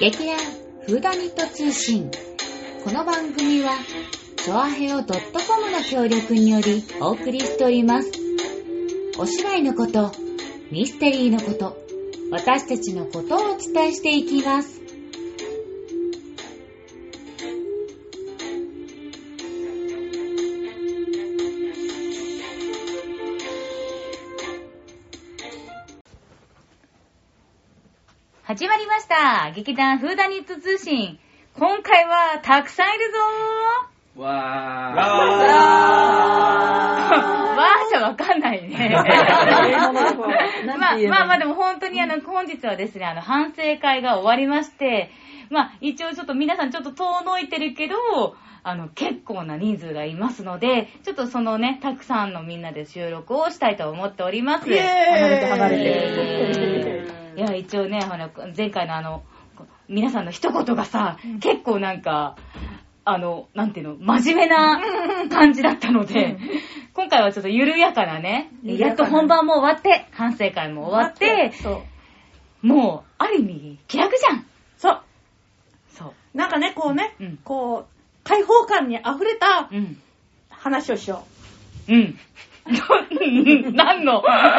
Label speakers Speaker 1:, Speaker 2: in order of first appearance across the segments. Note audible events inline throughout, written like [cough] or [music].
Speaker 1: 劇団フーダニット通信この番組はチョアヘオ .com の協力によりお送りしておりますお芝居のことミステリーのこと私たちのことをお伝えしていきます始まりました劇団フーダニット通信今回はたくさんいるぞ
Speaker 2: わー。
Speaker 1: ーわーじゃわかんない [laughs] ねまあまあまあでも本当にあの、本日はですね、あの、反省会が終わりまして、まあ一応ちょっと皆さんちょっと遠のいてるけど、あの、結構な人数がいますので、ちょっとそのね、たくさんのみんなで収録をしたいと思っております。
Speaker 3: 離れて離れ
Speaker 1: えー
Speaker 3: て。
Speaker 1: いや、一応ね、ほら、前回のあの、こ皆さんの一言がさ、結構なんか、あの、なんていうの、真面目な感じだったので、今回はちょっと緩やかなね、
Speaker 3: 緩
Speaker 1: や
Speaker 3: や
Speaker 1: っ
Speaker 3: か
Speaker 1: と
Speaker 3: な
Speaker 1: 本番も終わって、反省会も終わって、
Speaker 3: そう。
Speaker 1: もう、ある意味、気楽じゃん。
Speaker 3: そう。
Speaker 1: そう。
Speaker 3: なんかね、こうね、
Speaker 1: うん
Speaker 3: こう、開放感に溢れた
Speaker 1: うん。
Speaker 3: 話をしよ
Speaker 1: うん。 [laughs] 何のわか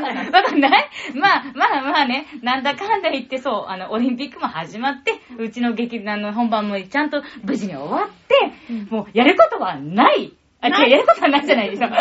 Speaker 1: んない。わかんないまあまあまあね、なんだかんだ言ってそう、あの、オリンピックも始まって、うちの劇団の本番もちゃんと無事に終わって、もうやることはない。あ、
Speaker 3: な
Speaker 1: 違、
Speaker 3: いう
Speaker 1: やることはないじゃない [laughs] でしょ。も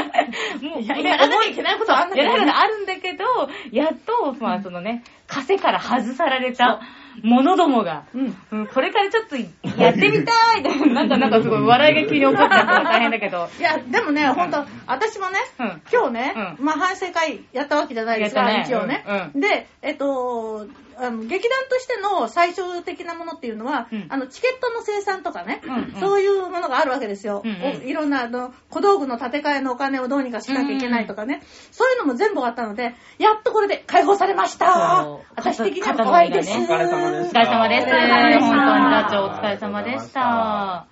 Speaker 3: う。
Speaker 1: う、
Speaker 3: いや、やらなきゃいけないことあんだけ
Speaker 1: や
Speaker 3: ど
Speaker 1: らな
Speaker 3: ね。
Speaker 1: があるんだけど、やっと、まあそのね、枷から外された者どもが、
Speaker 3: うん。
Speaker 1: うんこれからちょっとやってみたいなんかなんかすごい笑いが急に起こったから大変だけど。
Speaker 3: いや、でもね、ほんと、私もね、
Speaker 1: うん
Speaker 3: 今日ね、
Speaker 1: う
Speaker 3: まあ反省会やったわけじゃないですか、
Speaker 1: やったね
Speaker 3: 一応ね、
Speaker 1: う
Speaker 3: で、えっと、あの劇団としての最小的なものっていうのは、
Speaker 1: うん
Speaker 3: あのチケットの生産とかね、
Speaker 1: うんうん
Speaker 3: そういうものがあるわけですよ。
Speaker 1: うんうん
Speaker 3: おいろんなあの小道具の建て替えのお金をどうにかしなきゃいけないとかね、そういうのも全部終わったので、やっとこれで解放されました
Speaker 1: そう
Speaker 3: 私的には怖いです。
Speaker 1: 肩
Speaker 2: お疲れ様で
Speaker 1: お
Speaker 2: し
Speaker 1: 疲
Speaker 2: た。
Speaker 1: れ様でし
Speaker 3: お
Speaker 1: た。
Speaker 3: 疲れ様でした
Speaker 1: 本当にダチョウお疲れ様でした。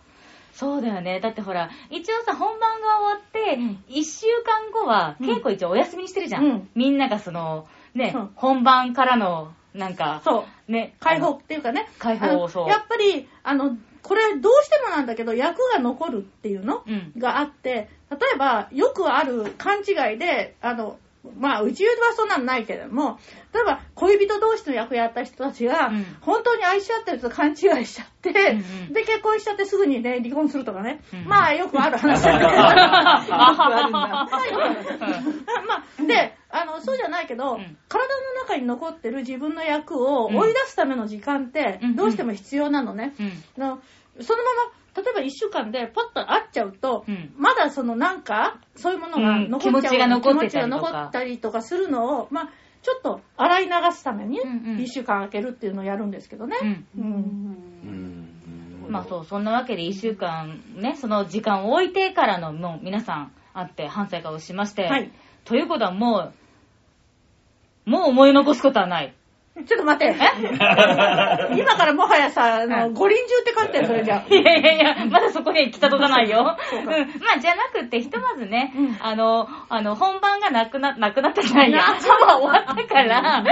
Speaker 1: そうだよね。だってほら、一応さ、本番が終わって、一週間後は、
Speaker 3: うん
Speaker 1: 結構一応お休みにしてるじゃん。
Speaker 3: うん
Speaker 1: みんながその、ね
Speaker 3: そう、
Speaker 1: 本番からの、なんか、
Speaker 3: そう。
Speaker 1: ね、
Speaker 3: 解放っていうかね。
Speaker 1: 解放
Speaker 3: あの
Speaker 1: そう
Speaker 3: やっぱり、あの、これどうしてもなんだけど、役が残るっていうの、
Speaker 1: うん
Speaker 3: があって、例えば、よくある勘違いで、あの、まあ、うちはそんなのないけれども、例えば、恋人同士の役やった人たちが、
Speaker 1: うん
Speaker 3: 本当に愛し合ってると勘違いしちゃって、
Speaker 1: んうん
Speaker 3: で、結婚しちゃってすぐにね、離婚するとかね。
Speaker 1: うん
Speaker 3: まあ、よくある
Speaker 1: [laughs]
Speaker 3: 話だけど。よく [laughs] あるん [laughs] だ。あまあ、で、あの、そうじゃないけど、
Speaker 1: うん
Speaker 3: 体の中に残ってる自分の役を追い出すための時間って
Speaker 1: うん、
Speaker 3: どうしても必要なのね。
Speaker 1: うんうん
Speaker 3: あのそのまま、例えば1週間でパッと会っちゃうと、
Speaker 1: うん
Speaker 3: まだそのなんか、そういうものが
Speaker 1: うん
Speaker 3: 残っちゃう、
Speaker 1: 気持ちが残ってたりとか
Speaker 3: 気持ちが残ったりとかするのを、まあ、ちょっと洗い流すために、
Speaker 1: うんうん
Speaker 3: 1週間空けるっていうのをやるんですけどね。
Speaker 1: うん
Speaker 3: うん
Speaker 2: うん
Speaker 1: まあそう、そんなわけで一週間ね、その時間を置いてからのもう皆さん会って反省会をしまして、
Speaker 3: はい
Speaker 1: ということはもう、もう思い残すことはない。
Speaker 3: ちょっと待って。 [laughs] 今からもはやさ、あの、
Speaker 1: うん
Speaker 3: 五輪中って書いてるそれじゃ。
Speaker 1: いやいやいや、まだそこに行き届かない [laughs] よ。うん。まあじゃなくて、ひとまずね、
Speaker 3: うん
Speaker 1: あの、あの、本番がなくな、なくなったじゃないや、は終わったから、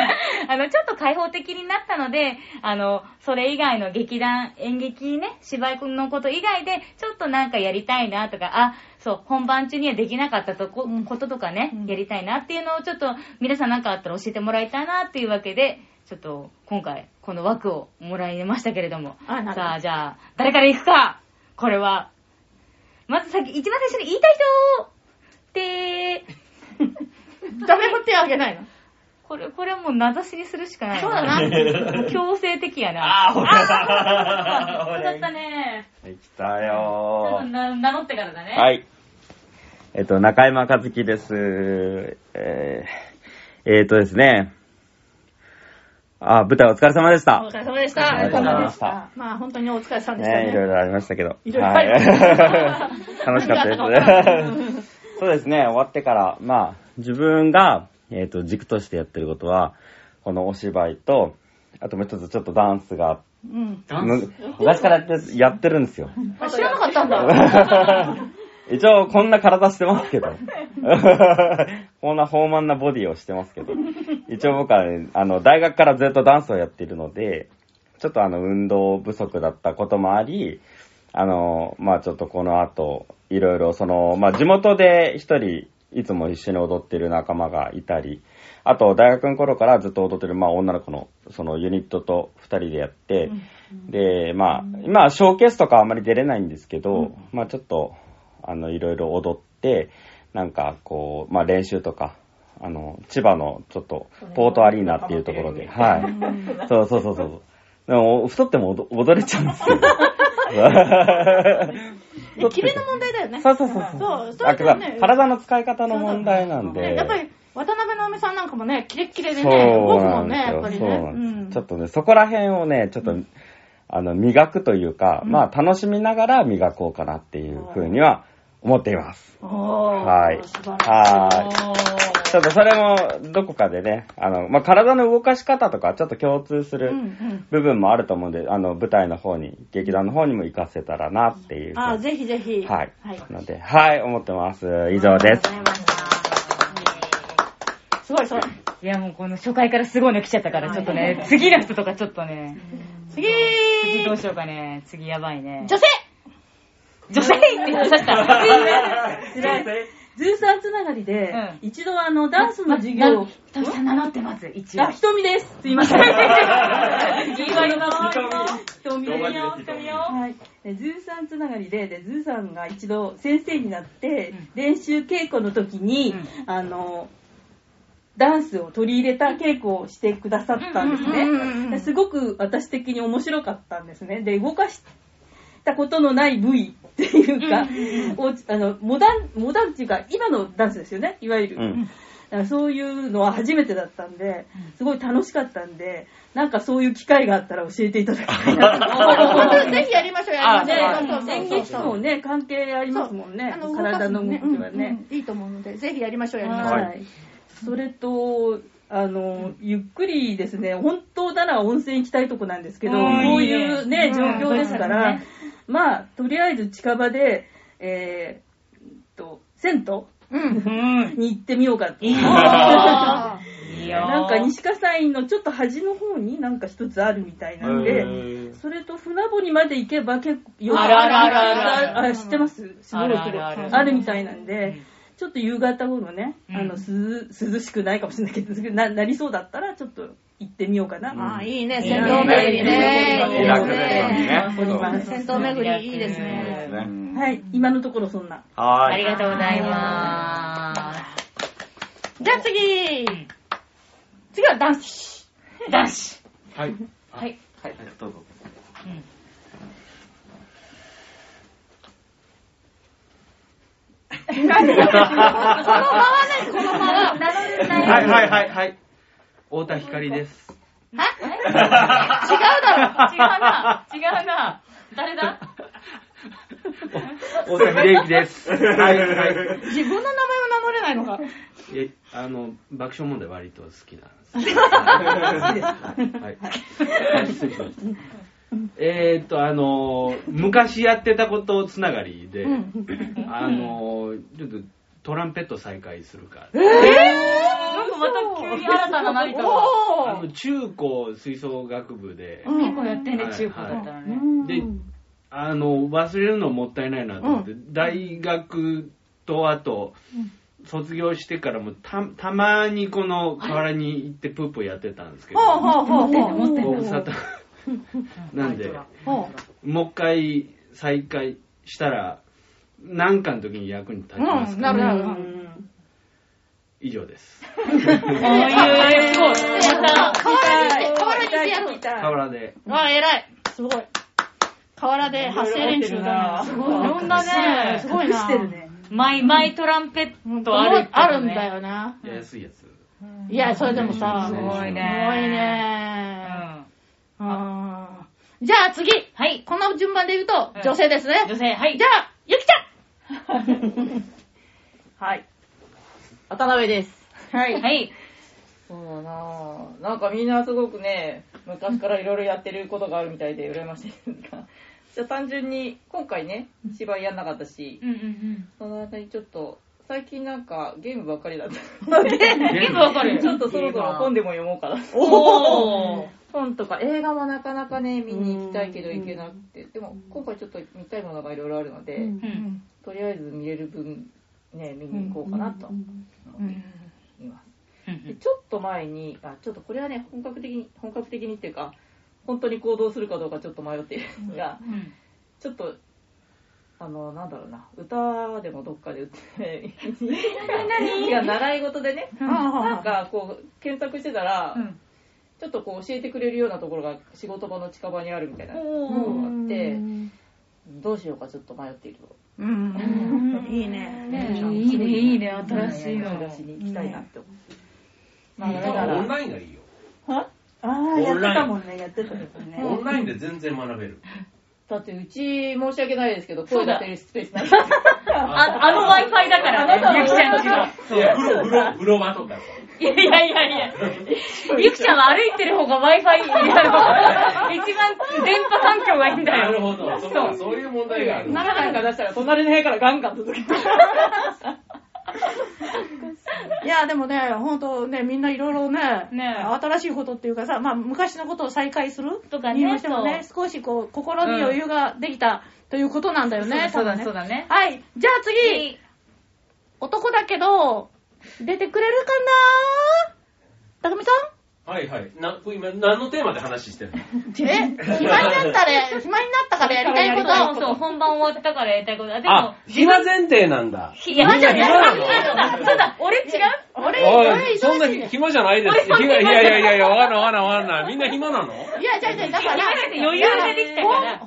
Speaker 1: あの、ちょっと開放的になったので、あの、それ以外の劇団、演劇ね、芝居のこと以外で、ちょっとなんかやりたいなとか、あ、そう、本番中にはできなかったとこ、
Speaker 3: うん
Speaker 1: こととかね
Speaker 3: う、ん
Speaker 1: やりたいなっていうのをちょっと、皆さんなんかあったら教えてもらいたいなっていうわけで、ちょっと、今回、この枠をもらいましたけれども。
Speaker 3: あなるほど
Speaker 1: さあ、じゃあ、誰から行くかこれは、まず先、一番最初に言いたい人で
Speaker 3: 誰も手あげないの。
Speaker 1: これ、これはもう名指しにするしかない。
Speaker 3: そうだな。。
Speaker 1: [laughs] 強制的やな。
Speaker 2: あー、ほら。
Speaker 1: そうだったね。
Speaker 4: はい、来た
Speaker 1: 多
Speaker 4: よ
Speaker 1: 分な名乗ってからだね。。
Speaker 4: ー。はいい。えっと、中山和樹です。えー、えー、っとですね。あ、舞台お疲れ様でし
Speaker 3: お
Speaker 4: た。
Speaker 3: 疲れ様でし
Speaker 4: あり
Speaker 3: た。。
Speaker 4: がとうございました
Speaker 3: まあ、本当にお疲れさんでした
Speaker 4: ね、いろい
Speaker 3: ね。
Speaker 4: ろありましたけど。
Speaker 3: いろいろ
Speaker 4: は
Speaker 3: あ
Speaker 4: い
Speaker 3: り
Speaker 4: 楽しかったです。そうですね、終わってから、まあ、自分が、えっ、と、軸としてやってることは、このお芝居と、あともう一つちょっとダンスが、
Speaker 3: うん。
Speaker 4: む昔からやってやってるんですよ。
Speaker 3: あ知らなかったんだ。
Speaker 4: 一応こんな体してますけど。こんな豊満なボディをしてますけど。一応僕はね、あの、大学からずっとダンスをやっているので、ちょっとあの、運動不足だったこともあり、あの、まあちょっとこの後、いろいろその、まあ地元で一人、いつも一緒に踊ってる仲間がいたり、あと大学の頃からずっと踊ってる、まあ女の子の、そのユニットと二人でやって、で、まあ、今はショーケースとかあんまり出れないんですけど、まあちょっと、あの、いろいろ踊って、なんかこう、まあ練習とか、あの、千葉のちょっと、ポートアリーナっていうところで、はい。そうそうそうそう。でも、太っても踊踊れちゃうんです
Speaker 3: [laughs]
Speaker 4: よ。
Speaker 3: えキメの問題だよね。
Speaker 4: そうそうそう
Speaker 3: そう。そ
Speaker 4: あ
Speaker 3: れ
Speaker 4: か
Speaker 3: と
Speaker 4: ら
Speaker 3: ね、
Speaker 4: 体の使い方の問題なんで。
Speaker 3: ねやっぱり、渡辺直美さんなんかもね、キレッキレで
Speaker 4: そ
Speaker 3: ね、動
Speaker 4: う
Speaker 3: くも
Speaker 4: なんん
Speaker 3: ね、
Speaker 4: です
Speaker 3: やっ
Speaker 4: よ。
Speaker 3: ぱり
Speaker 4: そう
Speaker 3: ね
Speaker 4: な。
Speaker 3: うん
Speaker 4: んです。ちょっとね、そこら辺をね、ちょっと、あの、磨くというか、まあ、楽しみながら磨こうかなっていうふうには思っています。
Speaker 3: おー
Speaker 4: はい
Speaker 3: 素晴。らしい
Speaker 4: はい。ちょっとそれも、どこかでね、あの、まあ、体の動かし方とか、ちょっと共通す
Speaker 3: うんう
Speaker 4: る
Speaker 3: ん。
Speaker 4: 部分もあると思うんで、あの、舞台の方に、劇団の方にも行かせたらなっていう。
Speaker 3: あー、ぜひぜひ。
Speaker 4: はい。
Speaker 3: はい。
Speaker 4: ので、はい、思ってます。以上です。
Speaker 3: すごい、それ。
Speaker 1: いや、もうこの初回からすごいの来ちゃったから、ちょっとね、次の人とかちょっとね、
Speaker 3: 次
Speaker 1: 次ど
Speaker 3: ー
Speaker 1: うしようかね。次やばいね。
Speaker 3: 女性
Speaker 1: 女性って言っちゃ
Speaker 3: [laughs]
Speaker 1: った。
Speaker 5: 13つながりで、
Speaker 1: うん
Speaker 5: 一度あの、ダンスの授業を、
Speaker 1: としさん名乗ってます、一応
Speaker 5: あ、。瞳です。すいません。
Speaker 1: 言い
Speaker 5: わ
Speaker 1: 訳
Speaker 5: れ
Speaker 1: の
Speaker 5: ます瞳
Speaker 2: 瞳
Speaker 5: です
Speaker 2: よ瞳よ
Speaker 5: はい。でズーさんつながりで、でズーさんが一度先生になって、
Speaker 1: うん
Speaker 5: 練習稽古の時に、
Speaker 1: う
Speaker 5: あの、ダンスを取り入れた稽古をしてくださったんですね。
Speaker 1: うんうんうんうん
Speaker 5: ですごく私的に面白かったんですね。で、動かしたことのない部位 [laughs] っていうか、をあのモダン、モダンっていうか、今のダンスですよね、いわゆる。
Speaker 4: うん。
Speaker 5: だからそういうのは初めてだったんで、すごい楽しかったんで、なんかそういう機会があったら教えていただきたいなと
Speaker 3: 本当にぜひやりましょう、やりましょう。
Speaker 5: ね、演劇ともね、関係ありますもんね
Speaker 3: あ、の
Speaker 5: 体の動き
Speaker 3: 動
Speaker 5: は
Speaker 3: かすの
Speaker 5: ね
Speaker 3: うん。うんいいと思うので、ぜひやりましょう、やりましょう。
Speaker 5: はい。それと、あの、ゆっくりですね、本当なら温泉行きたいとこなんですけど、こ
Speaker 1: う
Speaker 5: うんいうね、状況ですか
Speaker 1: う
Speaker 5: ら
Speaker 1: ん、
Speaker 5: まあ、とりあえず近場で、えーっと、銭
Speaker 3: うん。
Speaker 1: うん。
Speaker 5: 湯に行ってみようか [laughs] って。
Speaker 3: あ
Speaker 1: いいよ。
Speaker 5: なんか西葛西のちょっと端の方になんか一つあるみたいなん
Speaker 2: へ
Speaker 5: で
Speaker 2: ー、
Speaker 5: それと船堀まで行けば結構よ
Speaker 1: あるあるあるある
Speaker 5: あ知ってますすごい
Speaker 1: あるあ
Speaker 5: けど
Speaker 1: るある
Speaker 5: あるみたいなんで、
Speaker 1: うん
Speaker 5: ちょっと夕方頃ね、
Speaker 1: うん
Speaker 5: あの涼涼しくないかもしれないけどななりそうだったらちょっと行ってみようかな、
Speaker 3: ああ、いいね、
Speaker 1: いい
Speaker 3: 戦
Speaker 1: ね
Speaker 3: 闘巡り
Speaker 2: いい
Speaker 3: ね。
Speaker 2: ね
Speaker 3: いい
Speaker 2: 楽です
Speaker 5: よね
Speaker 3: いいね戦闘巡り、いいです
Speaker 1: いい
Speaker 3: ね。
Speaker 1: で
Speaker 5: はい今のところそんな
Speaker 2: は
Speaker 1: あ
Speaker 2: ー
Speaker 1: り
Speaker 2: い。
Speaker 1: がとうございます。
Speaker 3: じゃあ次次は男子。
Speaker 1: 男子。
Speaker 2: はい。
Speaker 1: はい。
Speaker 2: はい、どうぞ。
Speaker 3: このまはね、このまは。
Speaker 2: はい、はい、はい、はい。太田光です。
Speaker 3: は違
Speaker 1: 違う
Speaker 3: うだ
Speaker 1: な。違うな。誰だ
Speaker 2: お太田秀之です。はい、はい
Speaker 3: ろ。自分の名前を名乗れないのか。
Speaker 2: え、あの、爆笑問題割と好きなんです。はい。はい失礼しましたえーっと、あのー、昔やってたことつながりで、あのー、ちょっとトランペット再開するか。
Speaker 1: なんかまた急に新たな何かが。
Speaker 3: お
Speaker 2: あ
Speaker 3: ー
Speaker 2: の中高吹奏楽部で、
Speaker 1: 結構やってんね、中高だったらね。
Speaker 2: で、あの、忘れるのもったいないなと思って、大学とあと、卒業してからもた、たまにこの河原に行ってプープーやってたんですけど、
Speaker 3: ほうほ
Speaker 1: 持
Speaker 3: うほう
Speaker 1: ってんね、
Speaker 3: ほう。
Speaker 1: 持って
Speaker 2: ご
Speaker 1: ん
Speaker 2: 無
Speaker 1: ね。
Speaker 2: 沙汰なんで、
Speaker 3: ほう
Speaker 2: もう一回再開したら、何かの時に役に立ちます
Speaker 3: うん、
Speaker 2: か
Speaker 3: な
Speaker 2: ら、
Speaker 3: るなるな
Speaker 5: う
Speaker 3: る。
Speaker 5: ん
Speaker 2: 以上です。
Speaker 1: おー、すごい。
Speaker 3: あ河原に行って、河原に行ってや
Speaker 5: 聞
Speaker 3: る
Speaker 5: い。た
Speaker 2: 河原で。
Speaker 3: わあ、偉い。すごい。河原で発声練習だね。すごい。いろんなね、すごい
Speaker 5: 隠
Speaker 3: な。
Speaker 5: してるね
Speaker 1: マイ、マイトランペットある、
Speaker 3: あるんだ。よな。
Speaker 2: 安いやつ。
Speaker 3: いや、それでもさ、
Speaker 1: すごいね
Speaker 3: すごいね。あーじゃあ次。
Speaker 1: はい。
Speaker 3: この順番で言うと
Speaker 1: うん、
Speaker 3: 女性ですね。
Speaker 1: 女性、はい。
Speaker 3: じゃあ、ゆきち
Speaker 5: はい
Speaker 6: 渡辺です。
Speaker 5: はい
Speaker 1: はい。
Speaker 6: そうだなぁ。なんかみんなすごくね、昔からいろいろやってることがあるみたいで羨ましいですが。 [laughs] じゃあ単純に、今回ね、芝居やんなかったし
Speaker 1: う、んうんうん。
Speaker 6: その間にちょっと、最近なんかゲームば [laughs] っかりだったので、
Speaker 1: 全部わかる。
Speaker 6: ちょっとそろそろ本でも読もうかな。
Speaker 1: おー。
Speaker 6: [laughs] 本とか映画はなかなかね、見に行きたいけど行けなくて、でも今回ちょっと見たいものがいろいろあるので、
Speaker 1: うん。
Speaker 6: とりあえず見れる分、ね、見に行こうかなと思っています。でちょっと前に、あ、ちょっとこれはね、本格的に、本格的にっていうか、本当に行動するかどうかちょっと迷っているんですが、
Speaker 1: うん
Speaker 6: ちょっと、あの、なんだろうな、歌でもどっかで歌
Speaker 5: [laughs]
Speaker 6: って、いや、習い事でね、なんかこう、検索してたら、
Speaker 1: うん
Speaker 6: ちょっとこう教えてくれるようなところが仕事場の近場にあるみたいなのがあって、どうしようかちょっと迷っていると。
Speaker 3: うん。いいね。
Speaker 1: ねいいね、いいね、新しいの。
Speaker 6: 出しに行きたいなって思う。まあ、だか
Speaker 7: オン
Speaker 6: ら、
Speaker 7: ラインがいいよ。
Speaker 5: ああ、やってたもんね、やってたですね。
Speaker 7: オンラインで全然学べる。
Speaker 6: だってうち申し訳ないですけど、声出せるスペースない。
Speaker 1: ああの Wi-Fi だからね、ゆきちゃんちが。
Speaker 7: いや、風呂、風呂、風呂場とかさ。
Speaker 1: いやいやいやい [laughs] や。ゆきちゃんは歩いてる方が Wi-Fi、いやあ [laughs] の一番電波環境がいいんだ
Speaker 7: なる
Speaker 1: よ。
Speaker 7: ほど。そうかそういう問題がある。
Speaker 6: 奈良なんか出したら隣の部屋からガンガン届く。
Speaker 3: いや、でもね、ほんとね、みんないろいろね、
Speaker 1: ね
Speaker 3: 新しいことっていうかさ、まあ、昔のことを再開する
Speaker 1: とかね
Speaker 3: にしてもね、少しこう、心に余裕ができたということなんだよね、
Speaker 1: そうだ
Speaker 3: 多分
Speaker 1: そうだね。
Speaker 3: はい、じゃあ次、男だけど、出てくれるかなたくみさん
Speaker 7: はいはい。な、今、何のテーマで話してるの
Speaker 3: え、暇になった
Speaker 1: [laughs]
Speaker 3: ら、暇になったからやりたいこと
Speaker 1: そうそう、本番終わったからやりたいこと。あ、でも
Speaker 8: あ、、暇前提なんだ。
Speaker 1: いや、
Speaker 8: みんな暇なの
Speaker 1: そうだ、俺違う俺、
Speaker 8: おい、そんな暇じゃないです。
Speaker 1: 俺
Speaker 8: 暇いやいやいやいや、わかんないわかんないわかんない。みんな暇なの
Speaker 3: いや、じゃあじゃあだから、
Speaker 1: 余裕が出てきたから
Speaker 3: 本本番終わっ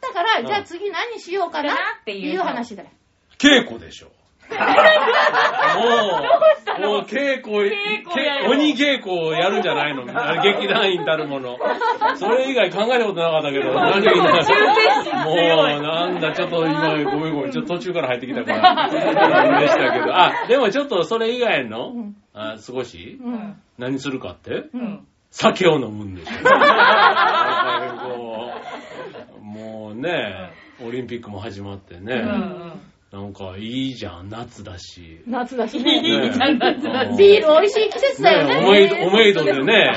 Speaker 3: たから、じゃあ次何しようかな
Speaker 1: かな
Speaker 3: っ
Speaker 1: ってていう
Speaker 3: いう話だよ。
Speaker 8: 稽古でしょ。 [laughs] もう、もう稽古、
Speaker 1: 稽古や
Speaker 8: け
Speaker 1: よ
Speaker 8: 鬼稽古をやるんじゃないのあ劇団員たるもの。それ以外考えたことなかったけど、何がいいなもう、なんだ、ちょっと今、ごめんごめん、ちょっと途中から入ってきたから、でしたけど。あ、でもちょっとそれ以外の、あ、少し、
Speaker 3: うん。
Speaker 8: 何するかって
Speaker 6: うん。
Speaker 8: 酒を飲むんでしょ。なんかこうもうね、オリンピックも始まってね、なんかいいじゃん、夏だし。
Speaker 3: 夏だし
Speaker 1: [laughs]
Speaker 8: い
Speaker 3: ね。
Speaker 8: いじゃん、夏だし
Speaker 3: ビール美味しい季節だよね。
Speaker 8: ね、おめいおめいどでね、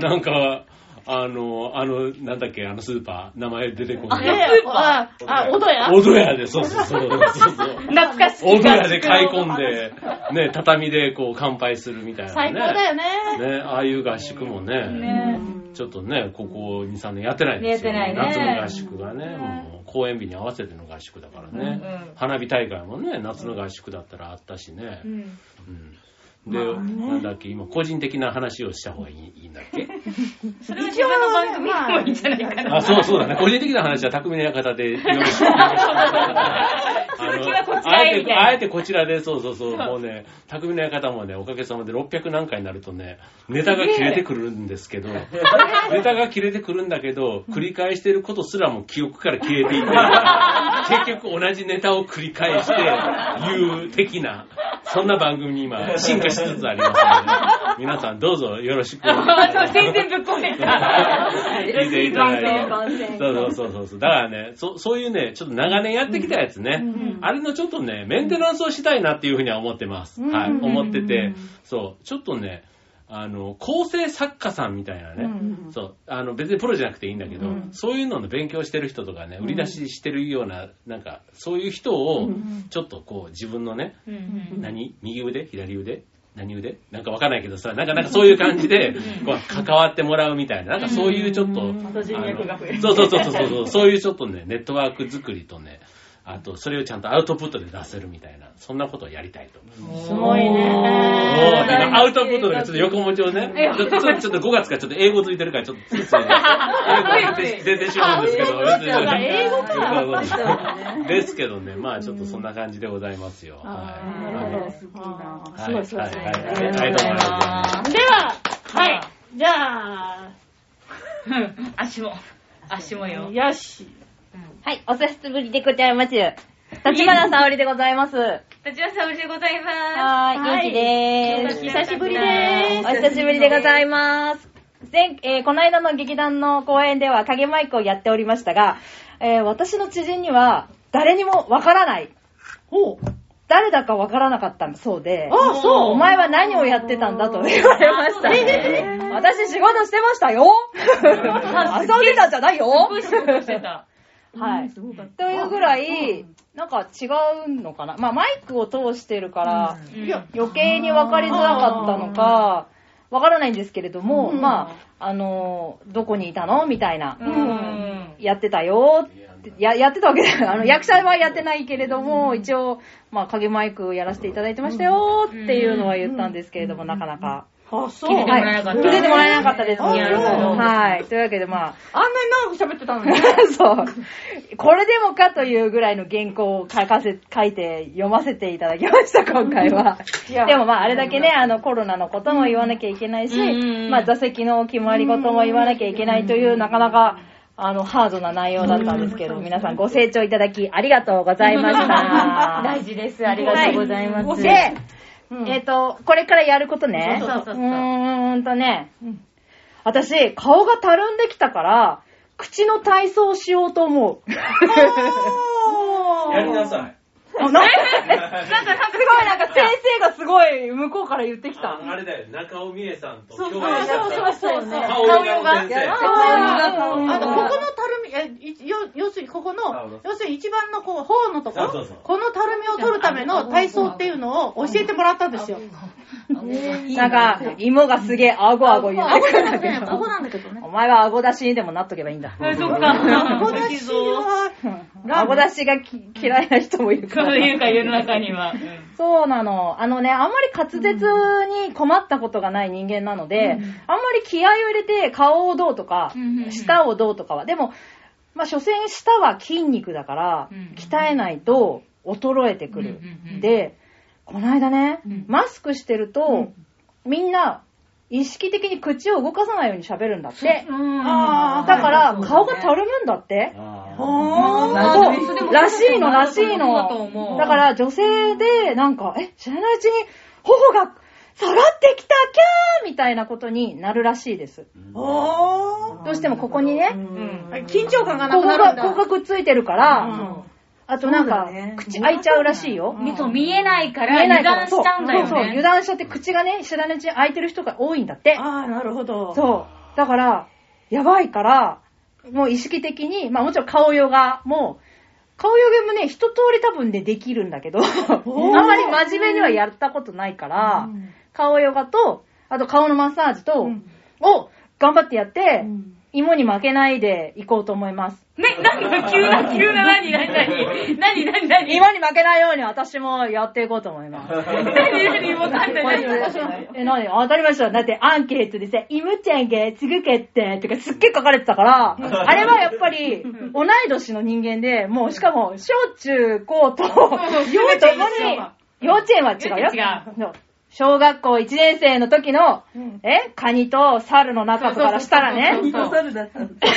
Speaker 8: なんか、あの、あの、なんだっけ、あのスーパー、名前出てこ
Speaker 3: あ
Speaker 8: ない。
Speaker 3: ねあ、あ、おど
Speaker 1: [laughs]
Speaker 3: や
Speaker 8: おどやで、そうそうそうそうそう。
Speaker 1: 懐か [laughs] しい。
Speaker 8: おどやで買い込んで、ね、畳でこう乾杯するみたいなね。
Speaker 3: 最高だよね。
Speaker 8: ね、ああいう合宿もね、
Speaker 1: ね
Speaker 8: ちょっとね、ここ2、3年やってないんですよ。
Speaker 1: やってないね
Speaker 8: 夏の合宿がね、もう公演日に合わせての合宿だからね。花火大会もね、夏の合宿だったらあったしね。うんで、なんだっけ、今、個人的な話をした方がいいいいんだっけ
Speaker 1: それは自分の番組でもいいんじゃないかな。
Speaker 8: あ、そうそうだね。個人的な話は匠の館でいろいろしてあ
Speaker 1: 続きはこち
Speaker 8: の、
Speaker 1: ら
Speaker 8: あ
Speaker 1: へ
Speaker 8: え
Speaker 1: みた
Speaker 8: て、
Speaker 1: いな
Speaker 8: あえてこちらで、そうそうそう、もうね、匠の館もね、おかげさまで600何回になるとね、ネタが切れてくるんですけど、
Speaker 1: [laughs]
Speaker 8: ネタが切れてくるんだけど、繰り返してることすらも記憶から消えてい
Speaker 1: [laughs]
Speaker 8: て、結局同じネタを繰り返して言う的な、そんな番組に今、進化しつつありますので、皆さんどうぞよろしく。
Speaker 1: あ、そう、全然ぶっこんできた。
Speaker 8: 聞いていた
Speaker 1: [laughs]
Speaker 8: だいて。そうそうそうそう。だからね、そそういうね、ちょっと長年やってきたやつね、あれのちょっとね、メンテナンスをしたいなっていうふうには思ってます。
Speaker 3: うん
Speaker 8: はい、思ってて、そう、ちょっとね、あの、構成作家さんみたいなね、そう、あの、別にプロじゃなくていいんだけど、そういうのの勉強してる人とかね、売り出ししてるような、なんか、そういう人を、ちょっとこう、自分のね、何右腕左腕何腕なんかわかんないけどさ、なんかなんかそういう感じで、こう、関わってもらうみたいな、なんかそういうちょっと、
Speaker 6: また人脈が増える。
Speaker 8: そうそうそうそうそう、そういうちょっとね、ネットワーク作りとね、あと、それをちゃんとアウトプットで出せるみたいな、そんなことをやりたいと。
Speaker 3: すごい
Speaker 8: お
Speaker 3: ね。
Speaker 8: ーなんかアウトプットがちょっと横文字をね、ちょっとちょっとちょっと5月からちょっと英語ついてるから、ちょっとついついね、英語って全然知らんですけど、別に
Speaker 3: あ英語か
Speaker 8: そうそうそうですけどね、まあちょっとそんな感じでございますよ。はい
Speaker 5: なるほど
Speaker 8: は
Speaker 3: すごいすごい
Speaker 8: はい、はい、ありがとうございます。
Speaker 3: では、はい。じゃあ、
Speaker 1: うん足も。足もよ。
Speaker 3: よし。
Speaker 9: はい、お久しぶりでございます。立花沙織でございます。は
Speaker 1: 立ちはさおりでございま
Speaker 9: ーい、ゆうきでーす。
Speaker 3: 久しぶりで
Speaker 9: お久しぶりでございます。前、えーこの間の劇団の公演では影マイクをやっておりましたが、えー私の知人には誰にもわからない
Speaker 1: 誰だかわからなかったそうで、
Speaker 3: あそう
Speaker 1: お前は何をやってたんだと言われました。私仕事してましたよ遊んでたんじゃないよ
Speaker 5: してた。
Speaker 1: はい。というぐらい、なんか違うのかな。まあマイクを通してるから、
Speaker 3: いや、
Speaker 1: 余計に分かりづらかったのか、分からないんですけれども、
Speaker 3: うん
Speaker 1: まあ、あのーどこにいたのみたいな、
Speaker 5: うん。
Speaker 1: やってたよってや、やってたわけじゃない。あの、役者はやってないけれども、一応、まあ、影マイクをやらせていただいてましたよっていうのは言ったんですけれども、なかなか。
Speaker 3: あ、そう。
Speaker 5: 気づいてもらえなかっ
Speaker 1: は
Speaker 5: た。
Speaker 1: い気づいてもらえなかったですね。
Speaker 3: あそう
Speaker 1: はい。というわけで、まあ、
Speaker 3: あんなに長く喋ってたのに。
Speaker 1: [laughs] そう。これでもかというぐらいの原稿を書かせ、書いて読ませていただきました、今回は。
Speaker 3: いや
Speaker 1: でもまあ、あれだけね、あの、コロナのことも言わなきゃいけないし
Speaker 5: う、ん
Speaker 1: まあ、座席の決まり事も言わなきゃいけないという、なかなか、あの、ハードな内容だったんですけど、皆さんご清聴いただきありがとうございました。
Speaker 5: [laughs] 大事です。ありがとうございます。
Speaker 1: で、えっ、と、これからやることね。
Speaker 5: そうそうそうそう
Speaker 1: ーんとね、私、顔がたるんできたから、口の体操をしようと思う。
Speaker 8: やりなさい。
Speaker 1: なんか、なんか、すごい、なんか先生がすごい向こうから言ってきた。
Speaker 8: ああれだよ、中尾美恵さんと
Speaker 10: そう
Speaker 8: 共
Speaker 10: あ
Speaker 8: 演した。
Speaker 10: そうそうそうそう。
Speaker 8: 顔ヨガの先
Speaker 10: や
Speaker 8: 生。
Speaker 3: あ
Speaker 10: っ
Speaker 3: の、
Speaker 10: た
Speaker 3: ここのたるみ、え、い要要するにここ
Speaker 8: なるほ
Speaker 3: の
Speaker 8: ど、
Speaker 3: 要するに一番のこう、頬のところ、
Speaker 8: そうそうそう
Speaker 3: このたるみを取るための体操っていうのを教えてもらったんですよ。
Speaker 1: なんか、芋がすげえ、あごあご言ってくるんだけど。
Speaker 3: こなんだけどね。
Speaker 1: お前はあご出しにでもなっとけばいいんだ。
Speaker 5: そっか。
Speaker 3: ここだしは、
Speaker 1: あご出しがき嫌いな人もいるか
Speaker 5: そう
Speaker 1: ら。
Speaker 5: いうか、世の中には。
Speaker 1: そうなの。あのね、あんまり滑舌に困ったことがない人間なので、あんまり気合を入れて顔をどうとか
Speaker 5: うんうんう、ん
Speaker 1: 舌をどうとかは。でも、まあ、所詮舌は筋肉だから
Speaker 5: うんうん、
Speaker 1: 鍛えないと衰えてく
Speaker 5: う
Speaker 1: る
Speaker 5: んうんう。ん
Speaker 1: で、この間ね
Speaker 5: うん、
Speaker 1: マスクしてると、みんな意識的に口を動かさないように喋るんだって。
Speaker 5: あ
Speaker 1: だから、顔がたるむんだって。
Speaker 5: なるほど
Speaker 1: そうらしいの、らしい
Speaker 5: そうだと思
Speaker 1: の。
Speaker 5: う
Speaker 1: だから、女性で、なんか、え、知らないうちに、頬が下がってきた、キャーみたいなことになるらしいです。
Speaker 3: おー
Speaker 1: どうしてもここにね、
Speaker 3: 緊張感がな
Speaker 1: ここ
Speaker 3: くなる
Speaker 1: が、
Speaker 3: ん
Speaker 1: ここ
Speaker 3: だ。
Speaker 1: がくっついてるから、あとなんか
Speaker 10: そうだね、
Speaker 1: 口開いちゃうらしいよ。
Speaker 5: そう、見えないか
Speaker 1: 見
Speaker 5: ら、
Speaker 1: えない
Speaker 5: 油
Speaker 1: から
Speaker 5: 断したんだよ
Speaker 1: そうそうそう、油
Speaker 5: ね。
Speaker 1: 断しちゃって口がね、知らないうちに開いてる人が多いんだって。
Speaker 3: ああ、なるほど。
Speaker 1: そう。だから、やばいから、もう意識的に、まあもちろん顔ヨガも、顔ヨガもね、一通り多分でできるんだけど、あんまり真面目にはやったことないから、顔ヨガと、あと顔のマッサージと、を頑張ってやって、芋に負けないでいこうと思います。
Speaker 5: ね、何急な、急な、何、何、何、何、何、何、
Speaker 1: 芋に負けないように私もやっていこうと思います。
Speaker 5: 何、何、もうなんだ、何、
Speaker 1: [laughs] え、なに当たりました。だってアンケートでさ、イムちゃんがすぐ決定とかすっげえ書かれてたから、あれはやっぱり、同い年の人間で、もうしかも、小中高と、幼稚園幼稚園は違うよ。そう小学校1年生の時の、えカニと猿の中とかからしたら
Speaker 5: そうそう
Speaker 1: ね、
Speaker 5: そうそう
Speaker 10: 猿だったんだ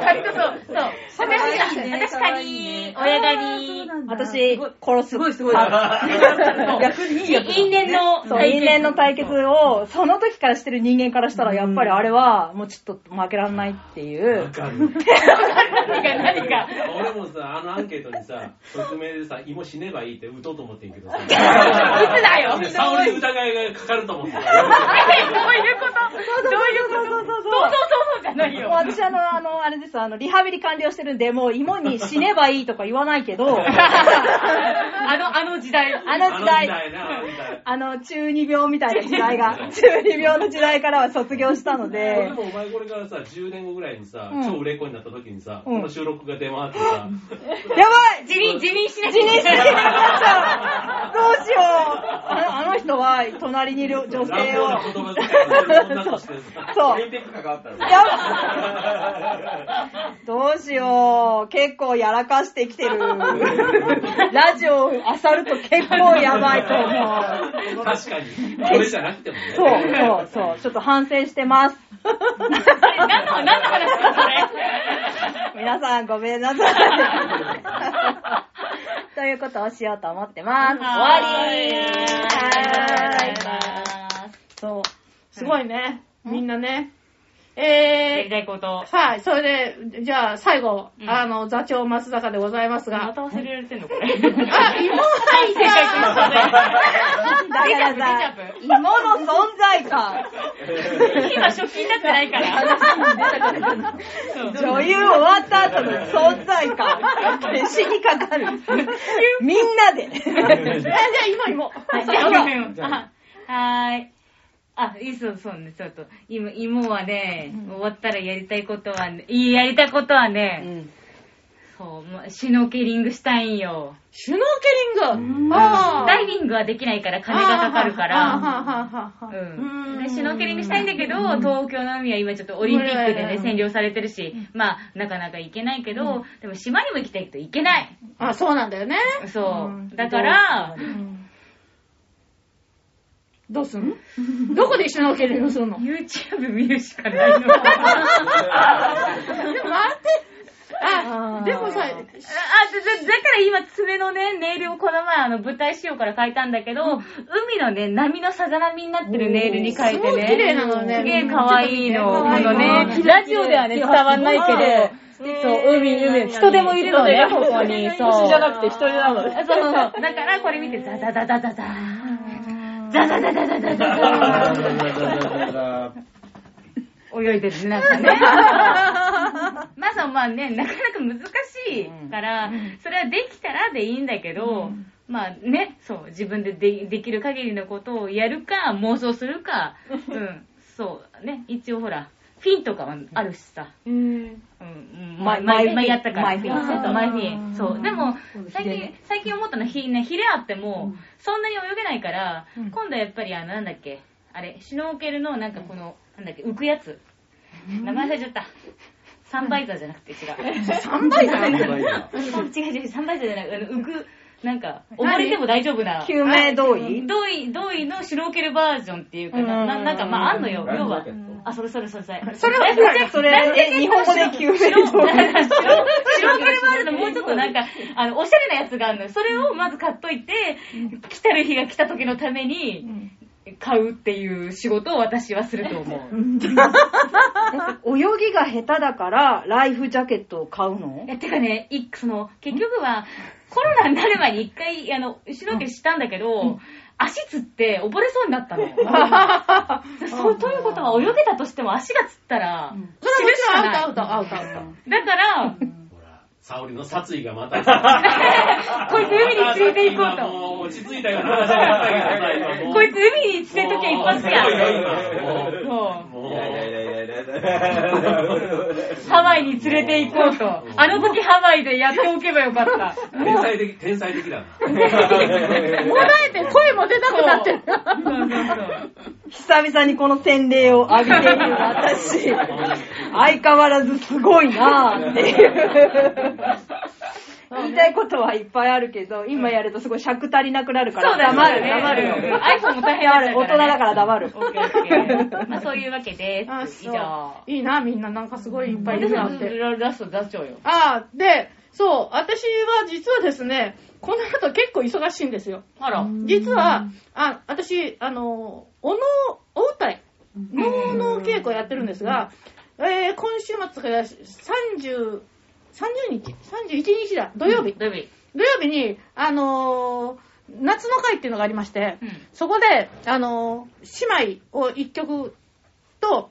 Speaker 5: カニとそう、そう。私が、私カニ、親ガニ、
Speaker 1: 私、殺す。
Speaker 10: すごいすごい。逆にいい役だ。
Speaker 5: 因縁の
Speaker 1: そう、因縁の対決を、その時からしてる人間からしたら、やっぱりあれは、もうちょっと負けらんないっていう。
Speaker 5: 何が何が。
Speaker 8: 俺もさ、あのアンケートにさ、匿名でさ、芋死ねばいいって打とうと思ってんけどさ。いつ
Speaker 5: だよ
Speaker 8: 沙織に疑いがかかると思ってた。
Speaker 5: え、どういうことどういうことそうそうそうじゃない
Speaker 1: もう
Speaker 5: よ。
Speaker 1: 私あの、あの、あれです、あの、リハビリ完了してるんで、もう芋に死ねばいいとか言わないけど、
Speaker 5: あの、あの時代。
Speaker 1: あ
Speaker 8: あ
Speaker 1: の時代、
Speaker 8: 代な、あの時代。
Speaker 1: あの、中二病みたいな時代が、中二病の時代からは卒業したの
Speaker 8: で
Speaker 1: で、
Speaker 8: もお前これからさ、10年後ぐらいにさ
Speaker 1: うん、
Speaker 8: 超売れっ子になった時にさ、
Speaker 1: うん
Speaker 8: この収録が出回ってさ、
Speaker 1: やばい
Speaker 5: 辞任、辞任しない
Speaker 1: 自認識できなくなっちゃうどうしようあのあの人は、隣にいる女性を、
Speaker 8: 乱暴な言葉遣いする女として
Speaker 1: そう
Speaker 8: オリンピック関わったらさ
Speaker 1: やばどうしよう。結構やらかしてきてる。 [laughs] ラジオを漁ると結構やばいと思う。
Speaker 8: 確かに。これじゃなくてもね。
Speaker 1: そう、そう、そう。ちょっと反省してます。
Speaker 5: 何の、何の話だ、それ。
Speaker 1: 皆さんごめんなさい。ということをしようと思ってます。終わり
Speaker 5: は
Speaker 1: はーい。
Speaker 5: い。
Speaker 3: そう。すごいね。みんなね。
Speaker 1: や
Speaker 3: え
Speaker 1: り
Speaker 3: ー、
Speaker 1: たいこと。
Speaker 3: はい、それで、じゃあ最後、
Speaker 1: うん
Speaker 3: あの、座長松坂でございます
Speaker 1: ま
Speaker 3: が。
Speaker 1: た忘れられてんのこれ。
Speaker 3: あ、妹はい
Speaker 1: 正解しま [laughs] した
Speaker 3: さん
Speaker 9: だからさ、芋の存在感。
Speaker 1: 今、初期になってないから。そう
Speaker 9: 女優終わった後の存在感。死にかかる。みんなで。
Speaker 3: えじゃあ今妹。
Speaker 1: はい、じゃあ、ごめんあはーい。あ、いいそう、そうね、ちょっと。今、芋はね、終わったらやりたいことはね、いいやりたいことはね、そう、もうシュノーケリングしたいんよ。
Speaker 3: シュノーケリング。あー
Speaker 1: ダイビングはできないから金がかかるか
Speaker 3: あー
Speaker 1: ら、
Speaker 3: ははははは
Speaker 1: うん。
Speaker 3: う
Speaker 1: で
Speaker 3: ん
Speaker 1: シュノーケリングしたいんだけど、東京の海は今ちょっとオリンピックでね、
Speaker 3: うん
Speaker 1: 占領されてるし、まあ、なかなか行けないけど、でも島にも行きたいけど行けない。
Speaker 3: あ、そうなんだよね。
Speaker 1: そう。だから、
Speaker 3: どうすんのどこでシュノーケリングするの
Speaker 1: YouTube 見るしか [laughs] ないの。あ、
Speaker 3: でも待って。あ、でもさ、
Speaker 1: だ、だだから今爪のね、ネイルをこの前あの舞台仕様から変えたんだけど、海のね、波のさざ波になってるネイルに変えて
Speaker 3: すご
Speaker 1: ね。
Speaker 3: い綺麗なのね
Speaker 1: すげえ可愛いの。
Speaker 3: 可
Speaker 1: こ
Speaker 3: 愛い
Speaker 1: のね、ラジオではね、伝わんないけど、そう、海、海、人でもいるのね、ここに。そう。
Speaker 5: 私じゃなくて一人なので。
Speaker 1: そうそうそう。だからこれ見て、ザザザザザザザザザザザザザ
Speaker 7: [laughs]
Speaker 1: 泳いでるね、なんかね。まあそう、まあね、なかなか難しいから、それはできたらでいいんだけど、まあね、そう、自分ででできる限りのことをやるか、妄想する
Speaker 9: [laughs]
Speaker 1: か、うん、そう、ね、一応ほら、フィンとかはあるしさ。うん、うん、前、前、前やったから。
Speaker 9: マイフィン
Speaker 1: そうそうマイフィン。そう。でも、最近、最近思ったのは、ひ、ね、ヒレあっても、そんなに泳げないから、今度はやっぱり、あの、なんだっけ、あれ、シュノーケルの、なんかこの、なんだっけ、浮くやつ。名前忘れちゃった。サンバイザーじゃなくて違う。
Speaker 3: 3倍だね。
Speaker 1: 違う違う、サンバイザーじゃなくて、あの浮く、なんか、溺れても大丈夫な。
Speaker 9: 救命胴衣
Speaker 1: ドイ、ドイのシュノーケルバージョンっていうかな、ななんか、まあ、あんのよ、要は。あ、それそれそれそれ。 [laughs]
Speaker 9: それは、それ、日本語で救命
Speaker 1: 白、
Speaker 9: 胴
Speaker 1: 白
Speaker 9: 衣。
Speaker 1: ギャルバージョンのもうちょっとなんか、あの、おしゃれなやつがあるのよ。それをまず買っといて、来たる日が来た時のために、買うっていう仕事を私はすると思う。
Speaker 9: [laughs] 泳ぎが下手だから、ライフジャケットを買うの
Speaker 1: いやてかね、いその、結局は、コロナになる前に一回、あの、後ろ受けしたんだけど、足つって溺れそうになったの。そう、ということは泳げたとしても足がつったら、
Speaker 3: それはもちろんアウトアウトアウトアウト。
Speaker 1: だから、
Speaker 7: ほら、沙織の殺意がまた。
Speaker 1: [laughs] こいつ海に連れて行こう
Speaker 7: 今
Speaker 1: と。
Speaker 7: もう落ち着いたような話だったけどさ、今もう
Speaker 1: こいつ海に連れときゃ一発や。
Speaker 7: も
Speaker 1: そう
Speaker 7: うもう
Speaker 1: ハワイに連れて行こうと。あの時ハワイでやっておけばよかった。
Speaker 7: 天才的、天才的だな。
Speaker 3: もだえて声も出なくなってる。
Speaker 9: 久々にこの洗礼を浴びている私、 [laughs] 相変わらずすごいなぁっていう。言いたいことはいっぱいあるけど、今やるとすごい尺足りなくなるから、
Speaker 1: そうだよね
Speaker 9: 黙る、黙るよ。
Speaker 1: iPhone も大変だね
Speaker 9: 大人だから黙る。
Speaker 1: オッケーオッケーまあそういうわけです。以上。
Speaker 3: いいな、みんな。なんかすごいいっぱいい
Speaker 1: 私
Speaker 3: るな
Speaker 1: は
Speaker 3: って。
Speaker 1: ラスト座長よ。
Speaker 3: あー、で、そう、私は実はですね、この後結構忙しいんですよ。
Speaker 1: あら。
Speaker 3: 実は、あ、私、あの、おの、お歌い、能の稽古やってるんですが、えー、今週末から30、30日 ?31 日だ。土曜日。
Speaker 1: 土曜日。
Speaker 3: 土曜日に、あのー夏の会っていうのがありまして、
Speaker 1: うん
Speaker 3: そこで、あのー姉妹を一曲と、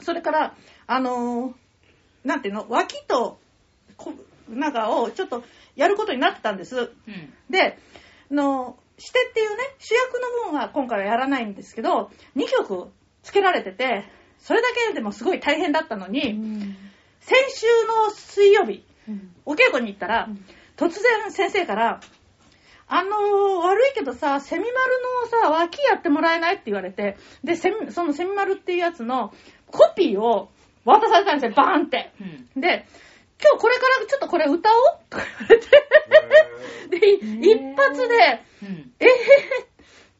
Speaker 3: それから、あのーなんていうの、脇と、こなんかをちょっとやることになってたんです。
Speaker 1: うん。
Speaker 3: で、あのー、してっていうね、主役の分は今回はやらないんですけど、2曲つけられてて、それだけでもすごい大変だったのに、先週の水曜日、お稽古に行ったら、突然先生から、あのー悪いけどさ、セミ丸のさ、脇やってもらえないって言われて、で、セミそのセミ丸っていうやつのコピーを渡されたんですよ、バーンって。
Speaker 1: うん。
Speaker 3: で、今日これからちょっとこれ歌おうとか言われて、で、い一発で、
Speaker 1: うん。
Speaker 3: えへへ、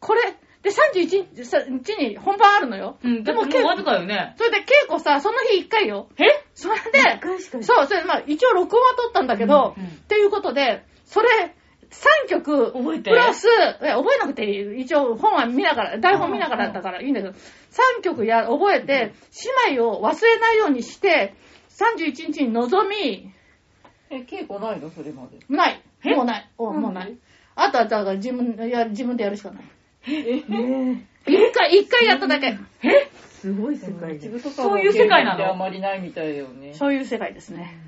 Speaker 3: これ、で、31日さ日に本番あるのよ。
Speaker 1: うん。で
Speaker 3: で
Speaker 1: も
Speaker 3: も
Speaker 1: 結構
Speaker 3: 結構
Speaker 1: わずかよね。
Speaker 3: それで稽古さ、その日1回よ。えそれで、そう、それ、まあ一応録音は撮ったんだけど、
Speaker 1: うんうん
Speaker 3: っていうことで、それ、 3曲、
Speaker 1: 覚えて
Speaker 3: プラス、いや覚えなくていい。一応本は見ながら、台本見ながらだったからいいんだけど、3曲や、覚えて、姉妹を忘れないようにして、31日に臨み、
Speaker 6: え、稽古ないのそれまで。
Speaker 3: ない。もうない。おもうない。あとは、だから自分、いや、自分でやるしかない。一回、一回やっただけ。
Speaker 5: すごい世界で。
Speaker 1: そういう世界なの
Speaker 6: あんまりないみたいよね。
Speaker 3: そういう世界ですね。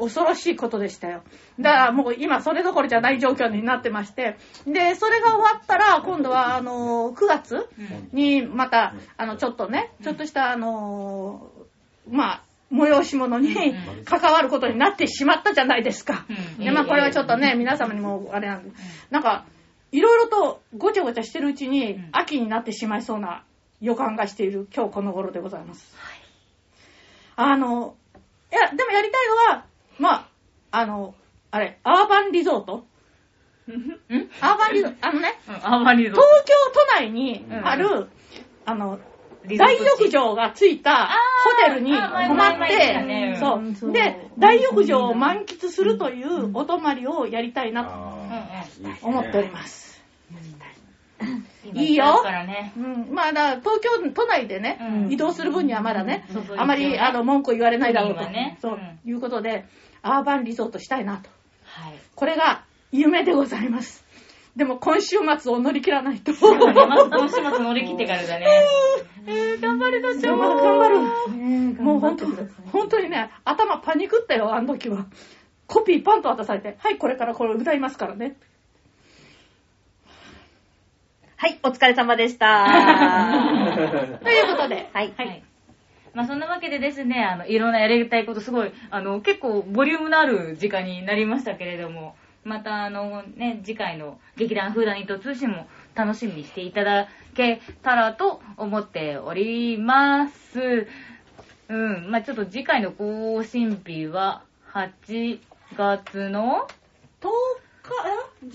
Speaker 3: 恐ろしいことでしたよ。だからもう今それどころじゃない状況になってまして。で、それが終わったら、今度はあのー、9月にまた、あの、ちょっとね、ちょっとしたあのー、まあ、催し物に
Speaker 1: ん
Speaker 3: 関わることになってしまったじゃないですか。
Speaker 1: うん
Speaker 3: で、まあこれはちょっとね、皆様にもあれなんで。なんか、いろいろとごちゃごちゃしてるうちに
Speaker 1: ん、
Speaker 3: 秋になってしまいそうな予感がしている今日この頃でございます。あの、いや、でもやりたいのは、まあ、あの、あれ、アーバンリゾート
Speaker 1: ん
Speaker 3: アーバンリゾート、あのね、
Speaker 1: あんまり
Speaker 3: 東京都内にある、あの、大浴場がついたホテルに泊
Speaker 1: あー
Speaker 3: ま
Speaker 1: 前
Speaker 3: っ
Speaker 1: 々言ってたね
Speaker 3: て、そう。で、大浴場を満喫するというお泊まりをやりたいな
Speaker 1: あ
Speaker 3: と思っております。
Speaker 1: ー
Speaker 3: いいよ
Speaker 1: からね。
Speaker 3: うん、まあだから東京都内でね、
Speaker 1: うん
Speaker 3: 移動する分にはまだね、
Speaker 1: うん
Speaker 3: あまりあの文句言われないだろうと、
Speaker 1: いいわね
Speaker 3: そう
Speaker 1: うん
Speaker 3: いうことでアーバンリゾートしたいなと
Speaker 1: はい。
Speaker 3: これが夢でございますでも今週末を乗り切らないとえ
Speaker 1: そうだねまず今週末乗り切ってからだ
Speaker 3: [laughs]
Speaker 1: ね。
Speaker 3: ー頑張るのちゃん頑張る
Speaker 5: ねえ
Speaker 3: もう本当本当にね頭パニクったよあの時はコピーパンと渡されてはいこれからこれ歌いますからね
Speaker 9: はい、お疲れ様でした。
Speaker 3: [laughs] ということで
Speaker 9: はい。
Speaker 1: はい。まあそんなわけでですね、あの、いろんなやりたいことすごい、あの、結構ボリュームのある時間になりましたけれども、またあのね、次回の劇団フーダニット通信も楽しみにしていただけたらと思っております。うん、まあちょっと次回の更新日は8月の
Speaker 3: 10日え11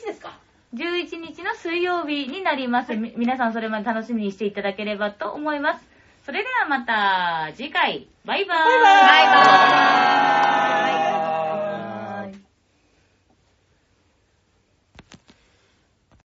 Speaker 3: 日ですか
Speaker 1: 11日の水曜日になります。み皆さんそれまで楽しみにしていただければと思います。それではまた次回、バイバーイ。バイバーイ。バイバーイ